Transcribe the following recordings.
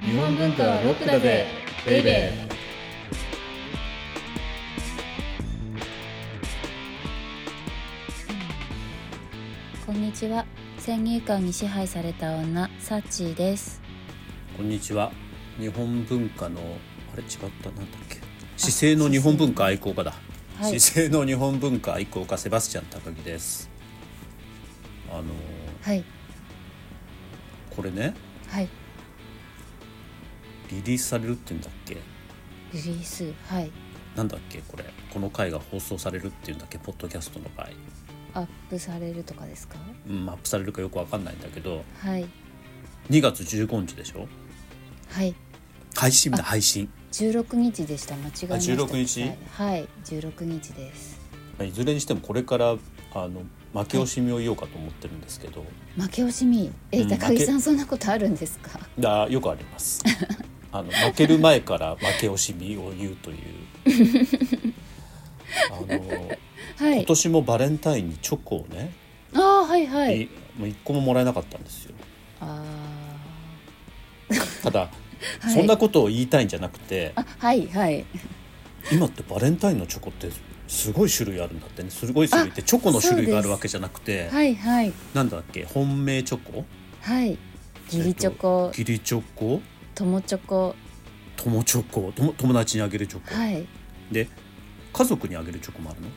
日本文化はロックだぜベイベーこんにちは先入観に支配された女サッチーですこんにちは日本文化のあれ違ったなんだっけ姿勢の日本文化愛好家だ、はい姿勢の日本文化愛好家セバスチャン高木ですあのーはいこれねはいリリースされるって言うんだっけリリースはいなんだっけこれこの回が放送されるって言うんだっけポッドキャストの場合、アップされるとかですかうん、アップされるかよくわかんないんだけどはい2月15日でしょはい配信だ配信16日でした間違えましたあ16日はいはい16日ですいずれにしてもこれからあの負け惜しみを言おうかと思ってるんですけど、負け惜しみえ、うん高木さ負んそんなことあるんですかあよくありますあの負ける前から負け惜しみを言うというあのは今い年もバレンタインにチョコをね、ああはいはいいもう一個ももらえなかったんですよあただ、はいそんなことを言いたいんじゃなくてーあはいはい今ってバレンタインのチョコってすごい種類あるんだってねすごい種類ってチョコの種類があるわけじゃなくて、はいはいなんだっけ本命チョコはいギリチョコ義理チョコ友チョコ友チョコ友友達にあげるチョコ、はいで家族にあげるチョコもあるの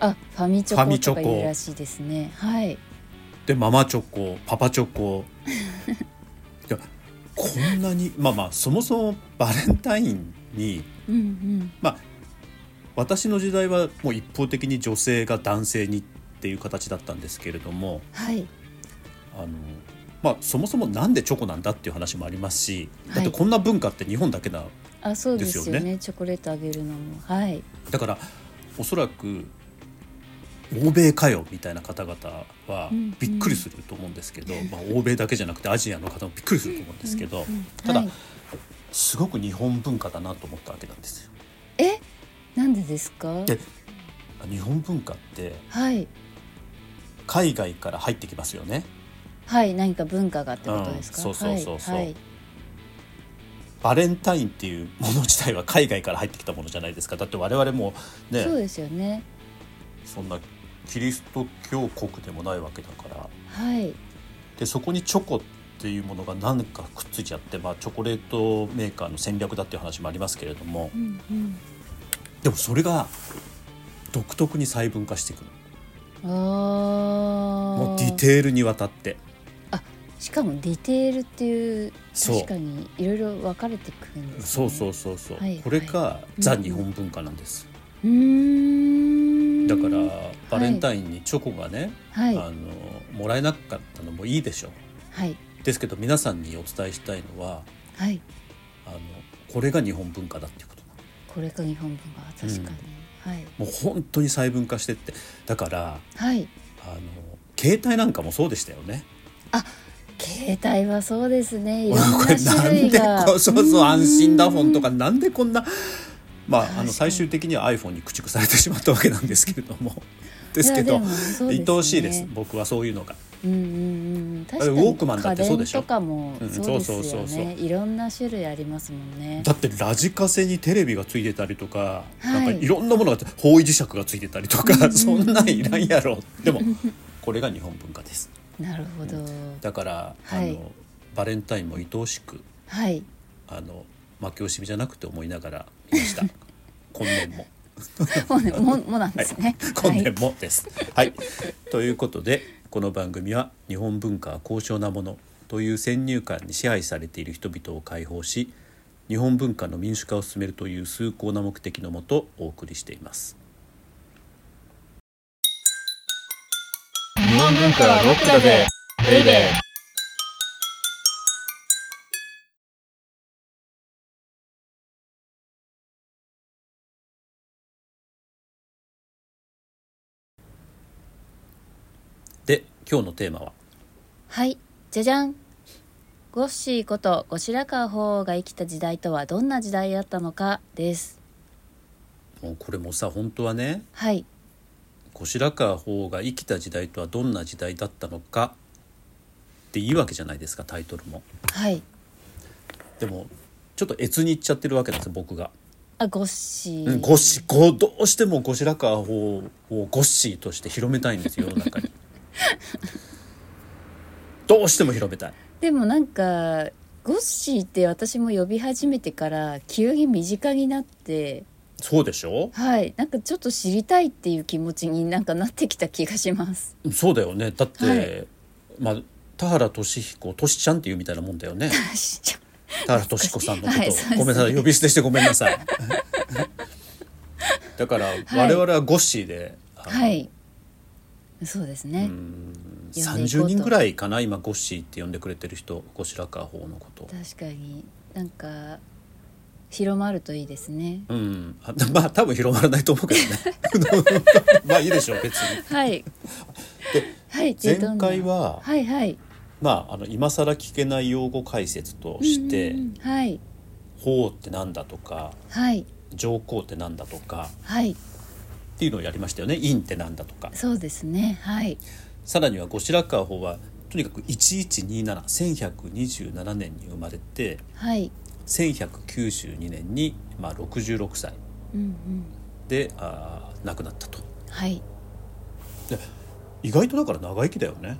あファミチファミチョョココとかいうらしいですねはいでママチョコパパチョ コいやこんなにまあまあそもそもバレンタインにうんうんまあ私の時代はもう一方的に女性が男性にっていう形だったんですけれどもはいあの、まあ、そもそもなんでチョコなんだっていう話もありますしだっはていこんな文化って日本だけだあそうですよねですよチョコレートあげるのもはいだからおそらく欧米かよみたいな方々はうんびっくりすると思うんですけど、まあ、欧米だけじゃなくてアジアの方もびっくりすると思うんですけど、うんうんただ、はいすごく日本文化だなと思ったわけなんですよ。えなんでですかで日本文化ってはい海外から入ってきますよね。はい何か文化がってことですか、うんそうそうそうそうはいはいバレンタインっていうもの自体は海外から入ってきたものじゃないですか。だって我々もねそうですよねそんなキリスト教国でもないわけだから。はいでそこにチョコっていうものが何かくっついちゃって、まあ、チョコレートメーカーの戦略だっていう話もありますけれどもうんうんでもそれが独特に細分化していくあのーもうディテールにわたってしかもディテールっていうそう確かにいろいろ分かれてくるんです、ね、そうそううそうそう、はいこれはがザ・日本文化なんです、うーんだからバレンタインにチョコがね、はいあのもらえなかったのもいいでしょうはいですけど皆さんにお伝えしたいのははいあのこれが日本文化だっていうことこれが日本文化確かに、はいもう本当に細分化してってだからはいあの携帯なんかもそうでしたよね携帯はそうですね。いろん これなな種ん類でが。こうそうそう安心だ本とかなんでこんなま確あかあにの最終的には iPhone に駆逐されてしまったわけなんですけれどもですけいやどでもそうですね愛おしいです僕はそういうのがうんうんうん。確かあれにウォークマンだってそうでし家電ょとかもうんそうですそうそようそうね。いろんな種類ありますもんね。だってラジカセにテレビがついてたりとか、はいなんかいろんなものが方位磁石がついてたりとか、うんうんそんなんいらん やろでもこれが日本文化ですなるほど。だから、はいあのバレンタインも愛おしくはい。 あの負け惜しみじゃなくて思いながら見ました 今年も。もうねももなんですね。 今はい年もです。 はい、ということでこの番組は日本文化は高尚なものという先入観に支配されている人々を解放し日本文化の民主化を進めるという崇高な目的のもとお送りしています。日本文化はロックだぜベイベーで今日のテーマははい。じゃじゃん。ゴッシーこと後白河法皇が生きた時代とはどんな時代だったのかです。もうこれもさ本当はねはい。後白河法皇が生きた時代とはどんな時代だったのかっていいわけじゃないですかタイトルも。はい。でもちょっと越に行っちゃってるわけです僕が。あゴッシうーんゴシゴどうしてもゴシラカーををゴッシーとして広めたいんですよ世の 中にどうしても広めたいでもなんかゴッシーって私も呼び始めてから急に身近になってそうでしょはいなんかちょっと知りたいっていう気持ちになんかなってきた気がしますそうだよねだって、はいまあ田原俊彦トシちゃんっていうみたいなもんだ よね田原俊彦さんのこと、はいそうですねごめんなさい呼び捨てしてごめん なさいだから、我々はゴッシーで、あのはいそうですね、呼んでいこう30と人ぐらいかな今ゴッシーって呼んでくれてる人ゴシラカー法のこと確かになんか広まるといいですねうん、あまあ多分広まらないと思うけどね まあいいでしょう別にはいはいでど前んな回は、はいはいまああの今更聞けない用語解説としてうんうんうんはい「法、ってなんだとかはい「上皇ってなんだとかはいっていうのをやりましたよね「院ってなんだとかそうですねはいさらには後白河法はとにかく1127127年に生まれてはい1192年に、まあ、66歳うんうんであー亡くなったとはい意外とだから長生きだよね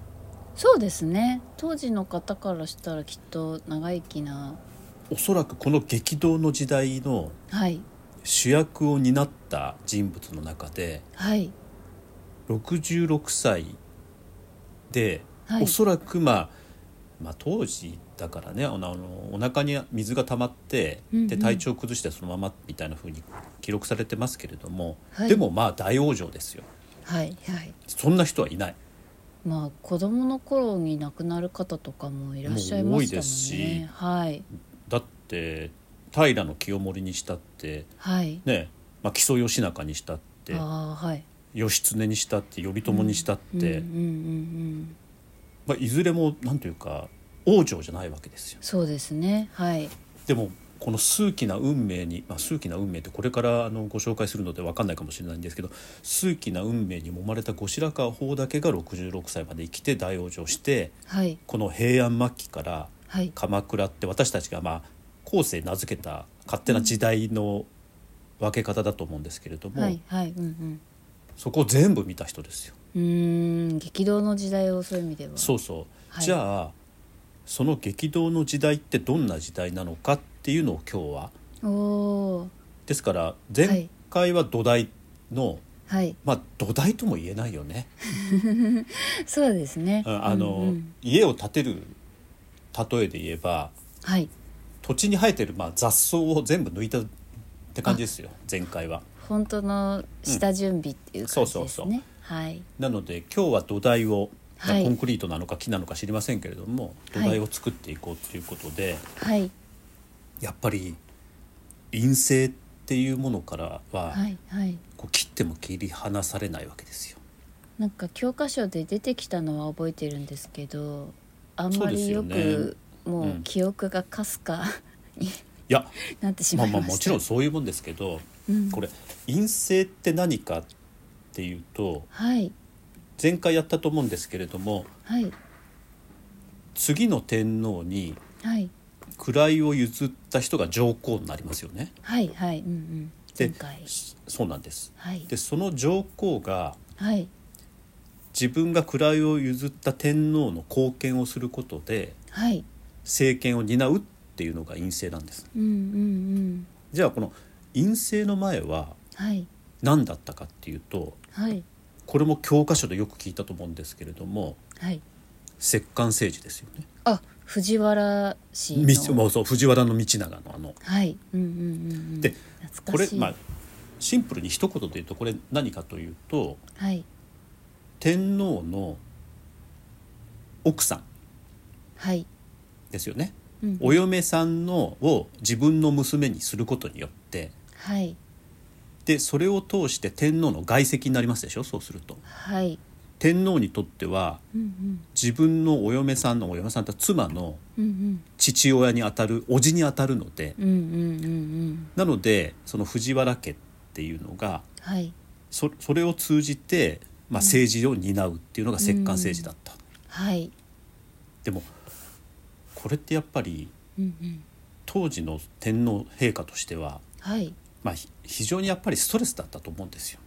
そうですね当時の方からしたらきっと長生きなおそらくこの激動の時代のはい主役を担った人物の中ではい66歳で、はいおそらく、まあ、まあ当時だからねあのあのお腹に水が溜まって、うんうんで体調を崩してそのままみたいな風に記録されてますけれども、はいでもまあ大往生ですよはいはいそんな人はいないまあ子供の頃に亡くなる方とかもいらっしゃいましたもんねもう多いですしはいだって平清盛にしたってはいね、まあ、木曽義仲にしたってああはい義経にしたって頼朝にしたって、うんうんうんうんまあ、いずれもなんというか王女じゃないわけですよそうですねはいでもこの数奇な運命に、まあ、数奇な運命ってこれからあのご紹介するので分かんないかもしれないんですけど数奇な運命に揉まれた後白河法だけが66歳まで生きて大往生してはいこの平安末期からはい鎌倉って私たちがまあ後世名付けた勝手な時代の分け方だと思うんですけれども、はいはいうんそこを全部見た人ですよ。うんうーん激動の時代をそういう意味ではそうそう、はいじゃあその激動の時代ってどんな時代なのかっていうのを今日はおおですからは前い回は土台の、ーはいまあ土台とも言えないよね、そうですねうんあの、うんうん家を建てる例えで言えばはい土地に生えてるまあ雑草を全部抜いたって感じですよ前回は。本当の下準備っていう感じうんそうそうでそすうねはいなので今日は土台を、まあはいコンクリートなのか木なのか知りませんけれども土台を作っていこうということで。はいやっぱり陰性っていうものからは、はいはいこう切っても切り離されないわけですよ。なんか教科書で出てきたのは覚えてるんですけどあんまそうでりすよよねくもううん記憶がかすか にいやなってしままあいまあましたもちろんそういうもんですけど、うんこれ陰性って何かっていうとはい前回やったと思うんですけれどもはい次の天皇にはい位を譲った人が上皇になりますよね。はいはいうんうんで前回そうなんです。はいでその上皇がはい自分が位を譲った天皇の貢献をすることではい政権を担うっていうのが陰性なんです。うんうんうんじゃあこの陰性の前ははい何だったかっていうとはいこれも教科書でよく聞いたと思うんですけれどもはい摂関政治ですよね。あ藤原氏の道もうそう藤原道長のあのはいうんうんうんうんでこ懐かれしいまあシンプルに一言で言うとこれ何かというとはい天皇の奥さんはいですよね。うんお嫁さんのを自分の娘にすることによってはいでそれを通して天皇の外戚になりますでしょそうすると。はい天皇にとってはうん自分のお嫁さんのお嫁さんと妻のうんうん父親にあたる叔父にあたるのでうんうんうんうんうんなのでその藤原家っていうのがはいそそれを通じて、まあ、政治を担うっていうのが摂関政治だった、はいでもこれってやっぱりうんうん当時の天皇陛下としては、はいまあ、ひ非常にやっぱりストレスだったと思うんですよ。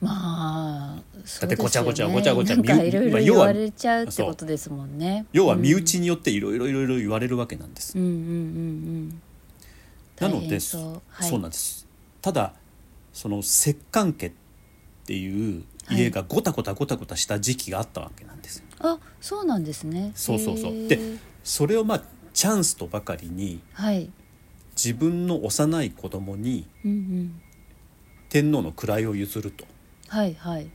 まあそだうですよねってごちゃごちゃごちゃごちゃなんか身内いろいまろあ言要はわれちゃうってことですもんね要は身内によっていろいろいろいろ言われるわけなんです。うんうんうんなうんの大で変そうはいそうなんですただその摂関家っていう家がごたごたごたごたした時期があったわけなんでうす。んあそうなんですねそうそうそうへーでそれをまあチャンスとばかりにはい自分の幼い子供にうんうん天皇の位を譲ると。はいはい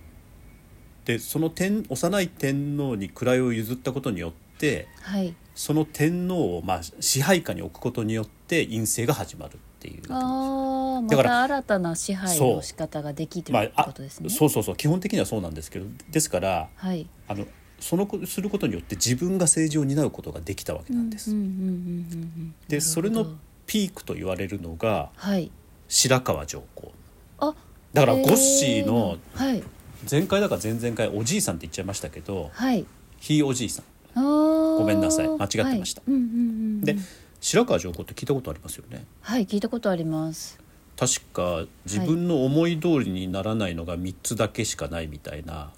でその天幼い天皇に位を譲ったことによってはいその天皇をまあ支配下に置くことによって院政が始まるっていう。ああまだからた新たな支配そうの仕方ができてまるあってあことですね、そうそうそう基本的にはそうなんですけどですからはいあのそのこすることによって自分が政治を担うことができたわけなんです。うんうんうんうんうんなるほどでそれのピークと言われるのがはい白河上皇あだからへーゴッシーのはい前回だか前々回おじいさんって言っちゃいましたけどはいひいおじいさんごめんなさい間違ってましたはい、うんうんうんうんで白河上皇って聞いたことありますよねはい聞いたことあります確か自分の思い通りにならないのが3つだけしかないみたいな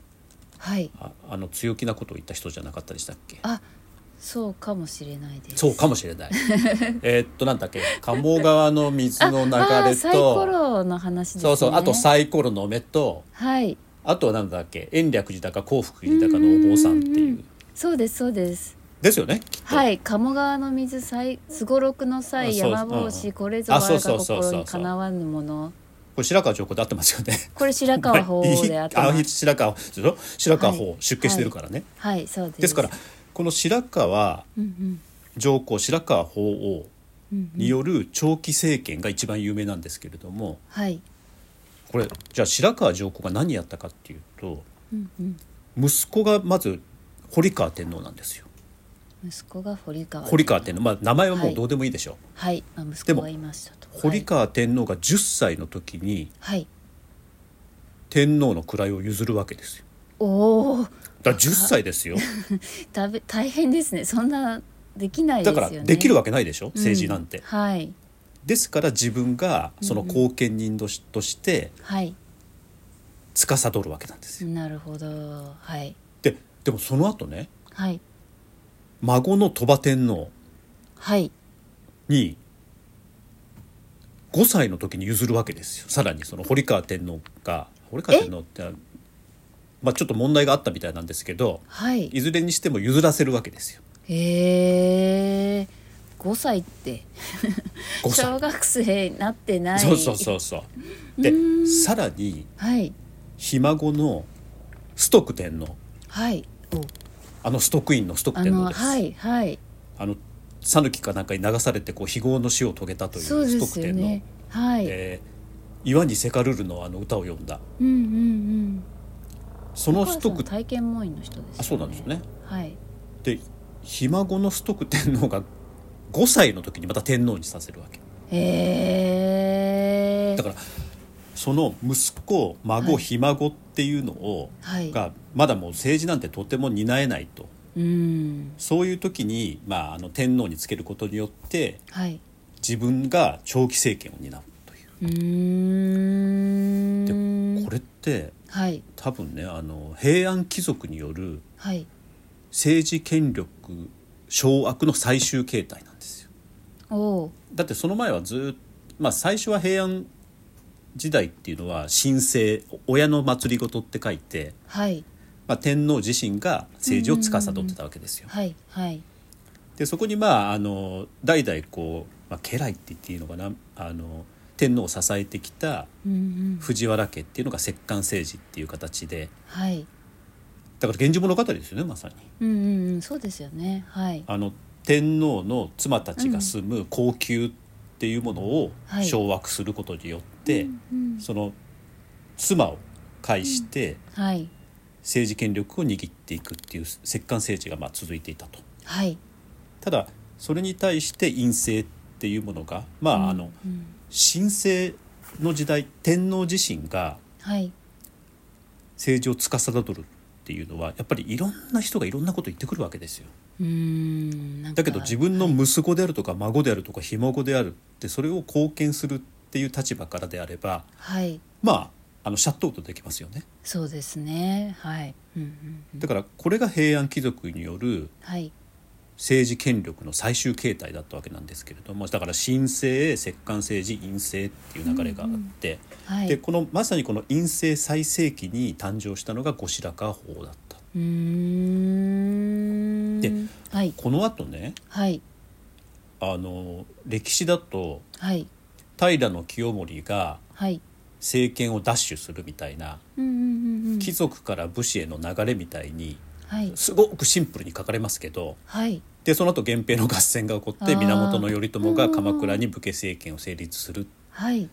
はいああの強気なことを言った人じゃなかったでしたっけあそうかもしれないですそうかもしれない えーっとなんだっけ鴨川の水の流ああれーサイコとロの話ですねそうそうあとサイコロの目とはいあとはなんだっけ延暦寺だか興福寺だかのお坊さんっていううんうんうんそうですそうですですよねきっとはい鴨川の水さいすごろくの際あそう山帽うんう子んこれぞあ我そうがそうそうそう心にかなわぬものこれ白川上皇で合ってますよねこれ白川法皇であ ってまあす白川そうでしょ白川法皇出家してるからね、はいそうですですからこの白川うん上皇白川法皇うんうんうんによる長期政権が一番有名なんですけれどもはいこれじゃあ白川上皇が何やったかっていうとうんうん息子がまず堀川天皇なんですよ息子が堀川堀川天皇まあ名前はもはういどうでもいいでしょう、はい、まあ、息で子もがいましたと堀川天皇が10歳の時にはい、はい、天皇の位を譲るわけですよおお だから10歳ですよだべ大変ですねそんなできないですだよかねらできるわけないでしょ政治なんて、うはいですから自分がその後見人としとしてはい司るわけなんですよなるほどはいででもその後ねはい孫の鳥羽天皇はいに5歳の時に譲るわけですよさらにその堀川天皇が堀川天皇ってまあちょっと問題があったみたいなんですけどはいいずれにしても譲らせるわけですよへえ5歳って5歳小学生になってないそうそうそうそうでさらにはいひ孫の崇徳天皇はいおあのストックインのストックあ天皇のです。はいはいあの讃岐かなんかに流されてこう非業の死を遂げたというそうスでトックすよ天皇、ねはい、えー岩にセカルルのあの歌を読んだ。うんうんうんそおの母スさトんック体験モインの人ですよねあそうなんですよね。はいでひ孫のストック天皇が5歳の時にまた天皇にさせるわけ。へえだからその息子孫、はいひ孫っていうのを、はいがまだもう政治なんてとても担えないとうんそういう時に、まあ、あの天皇につけることによってはい自分が長期政権を担うという。うーんでこれってはい多分ねあの平安貴族によるはい政治権力掌握の最終形態なんですよおおだってその前はずっとまあ最初は平安時代っていうのは神政親の祭りごとって書いて、はいまあ、天皇自身が政治を司ってたわけですよ。はいはいでそこにまああの代々こう、まあ、家来って言っていいのかなあの天皇を支えてきたうんうん藤原家っていうのが摂関政治っていう形ではいだから「源氏物語」ですよねまさに。うんうんうんそうですよねはいあの天皇の妻たちが住む皇宮っていうものをはい掌握することによって、うんその妻を介してはい政治権力を握っていくっていう摂関政治がまあ続いていたと。はいただそれに対して院政っていうものがまああのうん神政の時代天皇自身がはい政治を司るっていうのはやっぱりいろんな人がいろんなこと言ってくるわけですよ。うーんなんかだけど自分の息子であるとか孫であるとかひ孫であるってそれを貢献するっていう立場からであればはいまああのシャットアウトできますよねそうですねはい、うんうんうん、だからこれが平安貴族によるはい政治権力の最終形態だったわけなんですけれどもだから神政摂関政治院政っていう流れがあって、はいでこのまさにこの院政最盛期に誕生したのが後白河法だった。うーんではいこの後ねはいあの歴史だとはい平清盛がはい政権を奪取するみたいなうんうんうんうん貴族から武士への流れみたいにはいすごくシンプルに書かれますけどはいでその後源平の合戦が起こってあー源頼朝が鎌倉に武家政権を成立するはい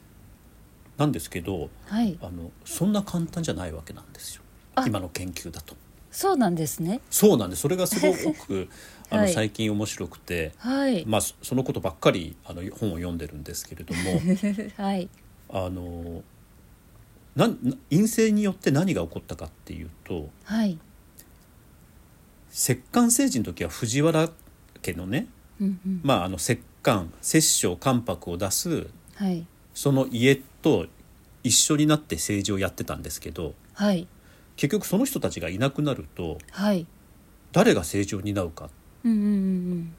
なんですけどはいあのそんな簡単じゃないわけなんですよあ今の研究だと。そうなんですねそうなんですそれがす ごくあのはい最近面白くて、はい、まあ、そそのことばっかりあの本を読んでるんですけれ どもはいあのなんな陰性によって何が起こったかっていうとはい摂関政治の時は藤原家のね、うんうんまあ、あの摂関摂政関白を出すはいその家と一緒になって政治をやってたんですけどはい結局その人たちがいなくなるとはい誰が政治を担うか、うんうんうんうん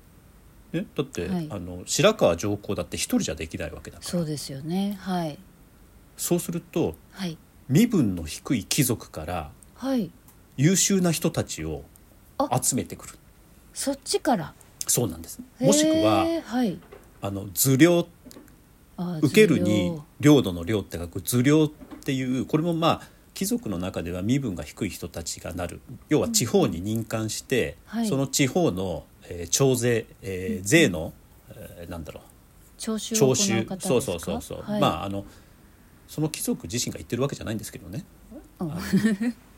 ね、だって、はいあの白川上皇だって一人じゃできないわけだからそうですよねはいそうするとはい身分の低い貴族からはい優秀な人たちをあ集めてくるそっちからそうなんですもしくはへーはいあの図領あ受ける重に要領土の領って書く図領っていうこれもまあ貴族の中では身分が低い人たちがなる要は地方に任官して、はいその地方の、えー徴税、えー税の、えーなんだろ徴収うを行徴う収方ですかそうそうそうそう、はい、まああのその貴族自身が言ってるわけじゃないんですけどね。うん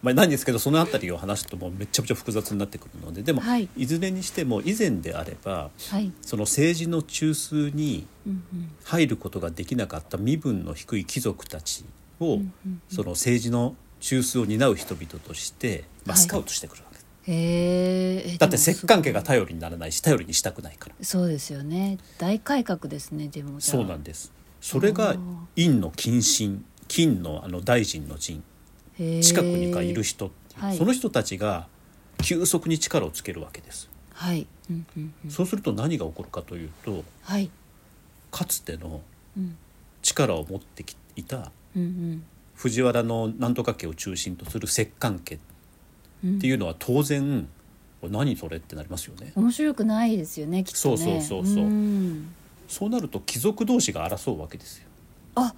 まあ、ないんですけどその辺りを話すともうめちゃくちゃ複雑になってくるのででも、はいい、ずれにしても以前であればはい、その政治の中枢にうんうん、入ることができなかった身分の低い貴族たちを、その政治の中枢を担う人々として、まあ、はいスカウトしてくるわけ、へーえだっでもて摂関家が頼りにならないし頼りにしたくないからそうですよね大改革ですねでもじゃあそうなんですそれあがー陰の謹慎金のあの大臣の陣へー近くにがいる人っていう、はいその人たちが急速に力をつけるわけです。はい、うんうんうん、そうすると何が起こるかというとはい、かつてのうん力を持ってきいたうん藤原のなんとか家を中心とする摂関家っうんていうのは当然、何それってなりますよね。うん面白くないですよねきっとねそうそうそうそうんそうなると貴族同士が争うわけですよ。あ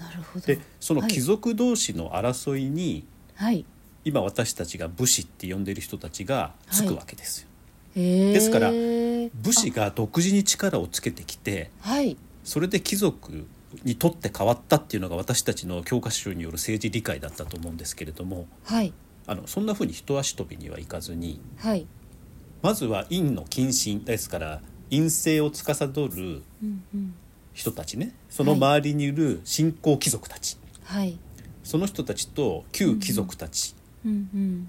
なるほどでそのはい貴族同士の争いに、はい今私たちが武士って呼んでいる人たちがつくわけですよ。ですから武士が独自に力をつけてきてはいそれで貴族にとって変わったっていうのが私たちの教科書による政治理解だったと思うんですけれどもはいあのそんなふうに一足飛びにはいかずにはい、まずは陰の謹慎ですから陰性を司るうんうん、人たちねその周りにいる新興貴族たち、はいその人たちと旧貴族たち、うんうん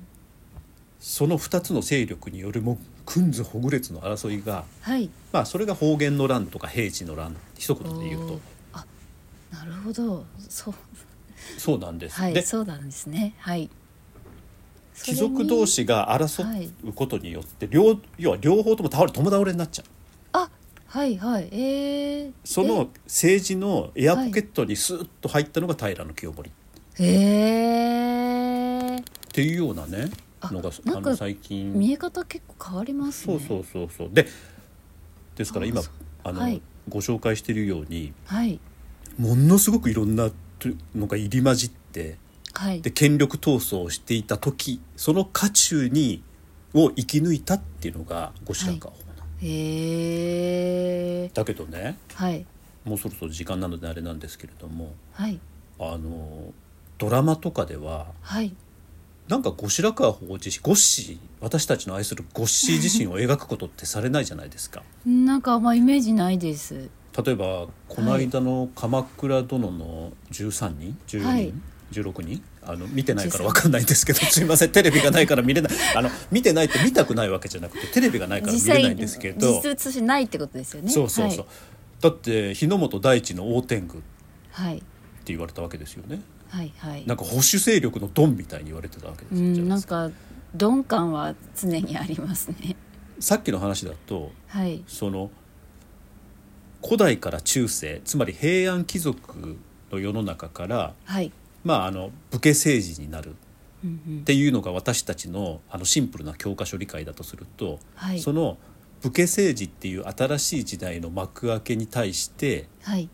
その2つの勢力によるもうくんずほぐれつの争いが、はいまあ、それが方言の乱とか平治の乱一言で言うおーとあなるほどそうそうなんです。はいでそうなんですねはい貴族同士士が争うことによって、両要は両方とも倒れ共倒れになっちゃうあはいはいえー、その政治のエアポケットにスーッと入ったのが平清盛っええー、ていうようなねあのがなんあかの最近見え方結構変わりますそねうそうそうそうでですから今あそうあの、はいご紹介しているようにはいものすごくいろんなのが入り混じってはいで権力闘争をしていた時その渦中にを生き抜いたっていうのが後白河法皇なんええだけどねー、はいもうそろそろ時間なのであれなんですけれどもはいあのドラマとかでははいなんか後白河法皇自身ゴッシー私たちの愛するゴッシー自身を描くことってされないじゃないですかなんかあんまイメージないです例えばこの間の「鎌倉殿の13人14人、はい16人あの見てないからわかんないんですけどすいませんテレビがないから見れないあの見てないって見たくないわけじゃなくてテレビがないから見実れな際いんですけど実物としてないってことですよねそうそうそう、だって日の本大地の大天狗ってはい言われたわけですよねはいはいはいなんか保守勢力のドンみたいに言われてたわけでうすよじゃんなないでんすかか鈍感は常にありますねさっきの話だとはいその古代から中世つまり平安貴族の世の中から、はいまあ、あの武家政治になるうんうっんていうのが私たちのあのシンプルな教科書理解だとすると、はいその武家政治っていう新しい時代の幕開けに対してはい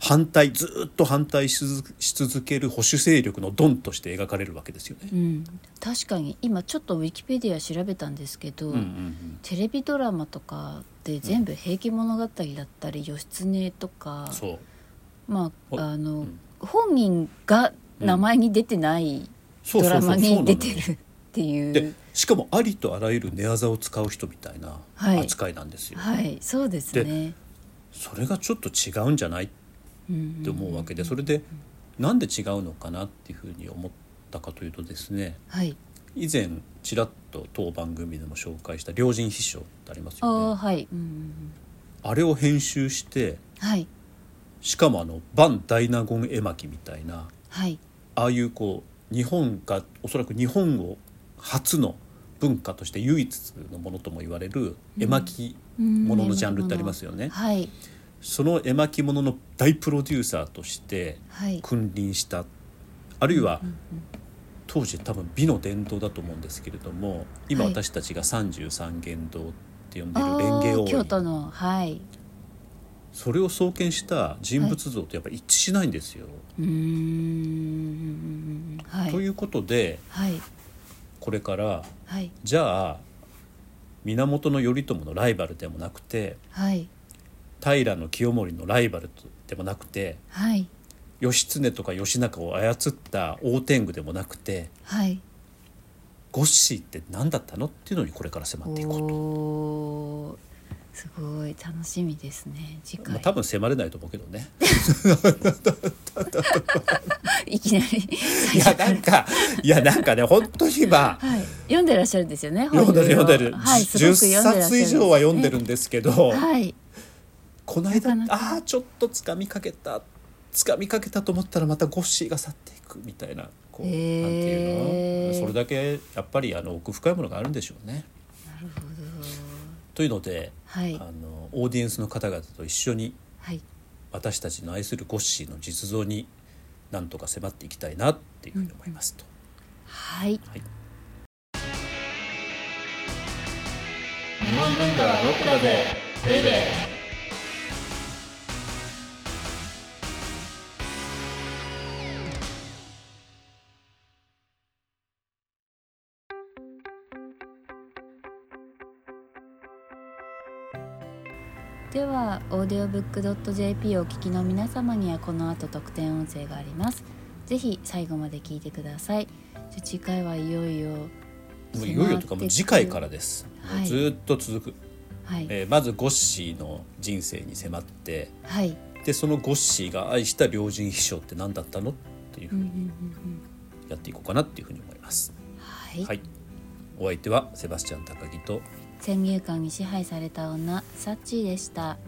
反対ずーっと反対し続けし続ける保守勢力のドンとして描かれるわけですよね。うん確かに今ちょっとウィキペディア調べたんですけど、うんうんうんテレビドラマとかで全部「平家物語」だったり「義経」とか、そうまほああの、ん本人が名前に出てないそうドそうそうラマそうなにの出よてるっていう。でしかもありとあらゆる寝技を使う人みたいなはい扱いなんですよ。はい、そうですね。それがちょっと違うんじゃないうんって思うわけでそれでなんで違うのかなっていうふうに思ったかというとですねはい。以前ちらっと当番組でも紹介した「良人秘書」ってありますああよねはい。うんうんうんあれを編集してはいしかもあのバン・ダイナゴン絵巻みたいなはいああいうこう日本がおそらく日本を初の文化として唯一のものとも言われる絵巻うんもののジャンルってありますよね。はいその絵巻物の大プロデューサーとしてはい。君臨したあるいは当時多分美の殿堂だと思うんですけれども今はい私たちが三十三間堂って呼んでるあ蓮華あ王京都院のはい。それを創建した人物像とやっぱ一致しないんですよ。うーんはといいうことではいこれからはいじゃあ源頼朝のライバルでもなくてはい平清盛のライバルでもなくてはい義経とか義仲を操った大天狗でもなくてはい。ゴッシーって何だったのっていうのにこれから迫っていこうと、おーすごい楽しみですね次まあ、回多分迫れないと思うけ どねいきなりいやなんかいやなんかね本当 に今はい読んでらっしゃるんですよね 読んでる読んでる、はいすご10く読んでらっしゃる冊以上は読んでるんですけど、はいこの間なかなああちょっとつかみかけたつかみかけたと思ったらまたゴッシーが去っていくみたいなこう、へーなんていうのそれだけやっぱりあの奥深いものがあるんでしょうね。なるほどというので、はいあのオーディエンスの方々と一緒にはい私たちの愛するゴッシーの実像になんとか迫っていきたいなっていうふうに思いますと。はいはい日本文化はロックだぜベイベーでは audiobook.jp をお聞きの皆様にはこの後特典音声がありますぜひ最後まで聞いてくださいじゃあ次回はいよいよもういよいよというかもう次回からです。はいもうずーっと続く、はい、えーまずゴッシーの人生に迫ってはいでそのゴッシーが愛した良人秘書って何だったのっていうふううんうんにやっていこうかなっていうふうに思います。はい、はい、お相手はセバスチャン高木と先入観に支配された女サッチーでした